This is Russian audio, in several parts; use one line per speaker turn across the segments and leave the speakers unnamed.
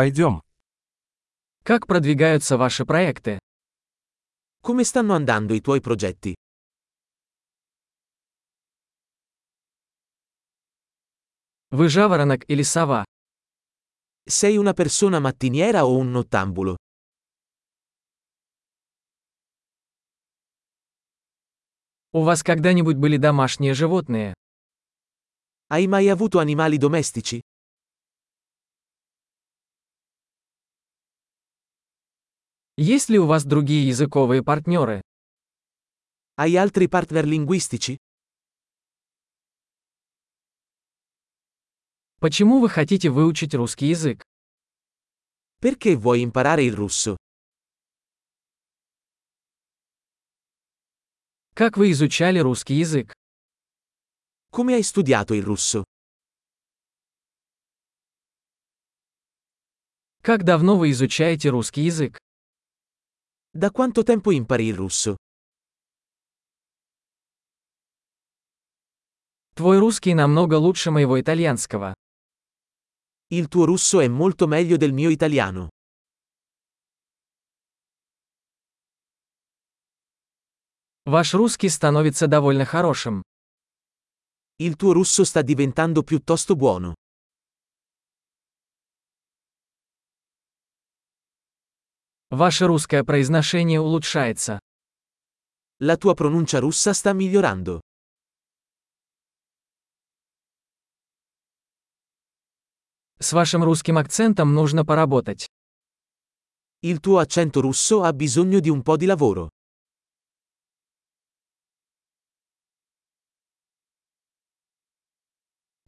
Пойдем.
Как продвигаются ваши проекты?
Come stanno andando i tuoi progetti?
Вы жаворонок или сова?
Sei una persona mattiniera o un nottambulo?
У вас когда-нибудь были домашние животные?
Hai mai avuto animali domestici?
Есть ли у вас другие языковые партнеры?
Hai altri partner linguistici?
Почему вы хотите выучить русский язык?
Perché vuoi imparare il russo?
Как вы изучали русский язык?
Come hai studiato il russo?
Как давно вы изучаете русский язык?
Da quanto tempo impari il russo?
Твой русский намного лучше моего итальянского.
Il tuo russo è molto meglio del mio italiano.
Ваш русский становится довольно хорошим.
Il tuo russo sta diventando piuttosto buono.
Ваше русское произношение улучшается.
La tua pronuncia russa sta migliorando.
С вашим русским акцентом нужно поработать.
Il tuo accento russo ha bisogno di un po' di lavoro.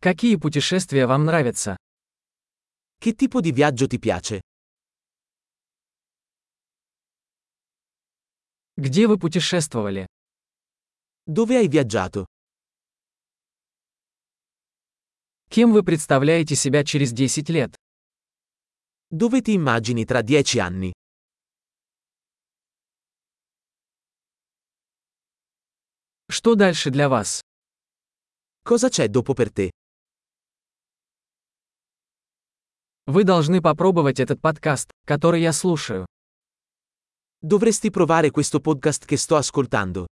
Какие путешествия вам нравятся?
Che tipo di viaggio ti piace?
Где вы путешествовали?
Dove hai viaggiato?
Кем вы представляете себя через 10 лет?
Dove ti immagini tra dieci anni?
Что дальше для вас?
Cosa c'è dopo per te?
Вы должны попробовать этот подкаст, который я слушаю.
Dovresti provare questo podcast che sto ascoltando.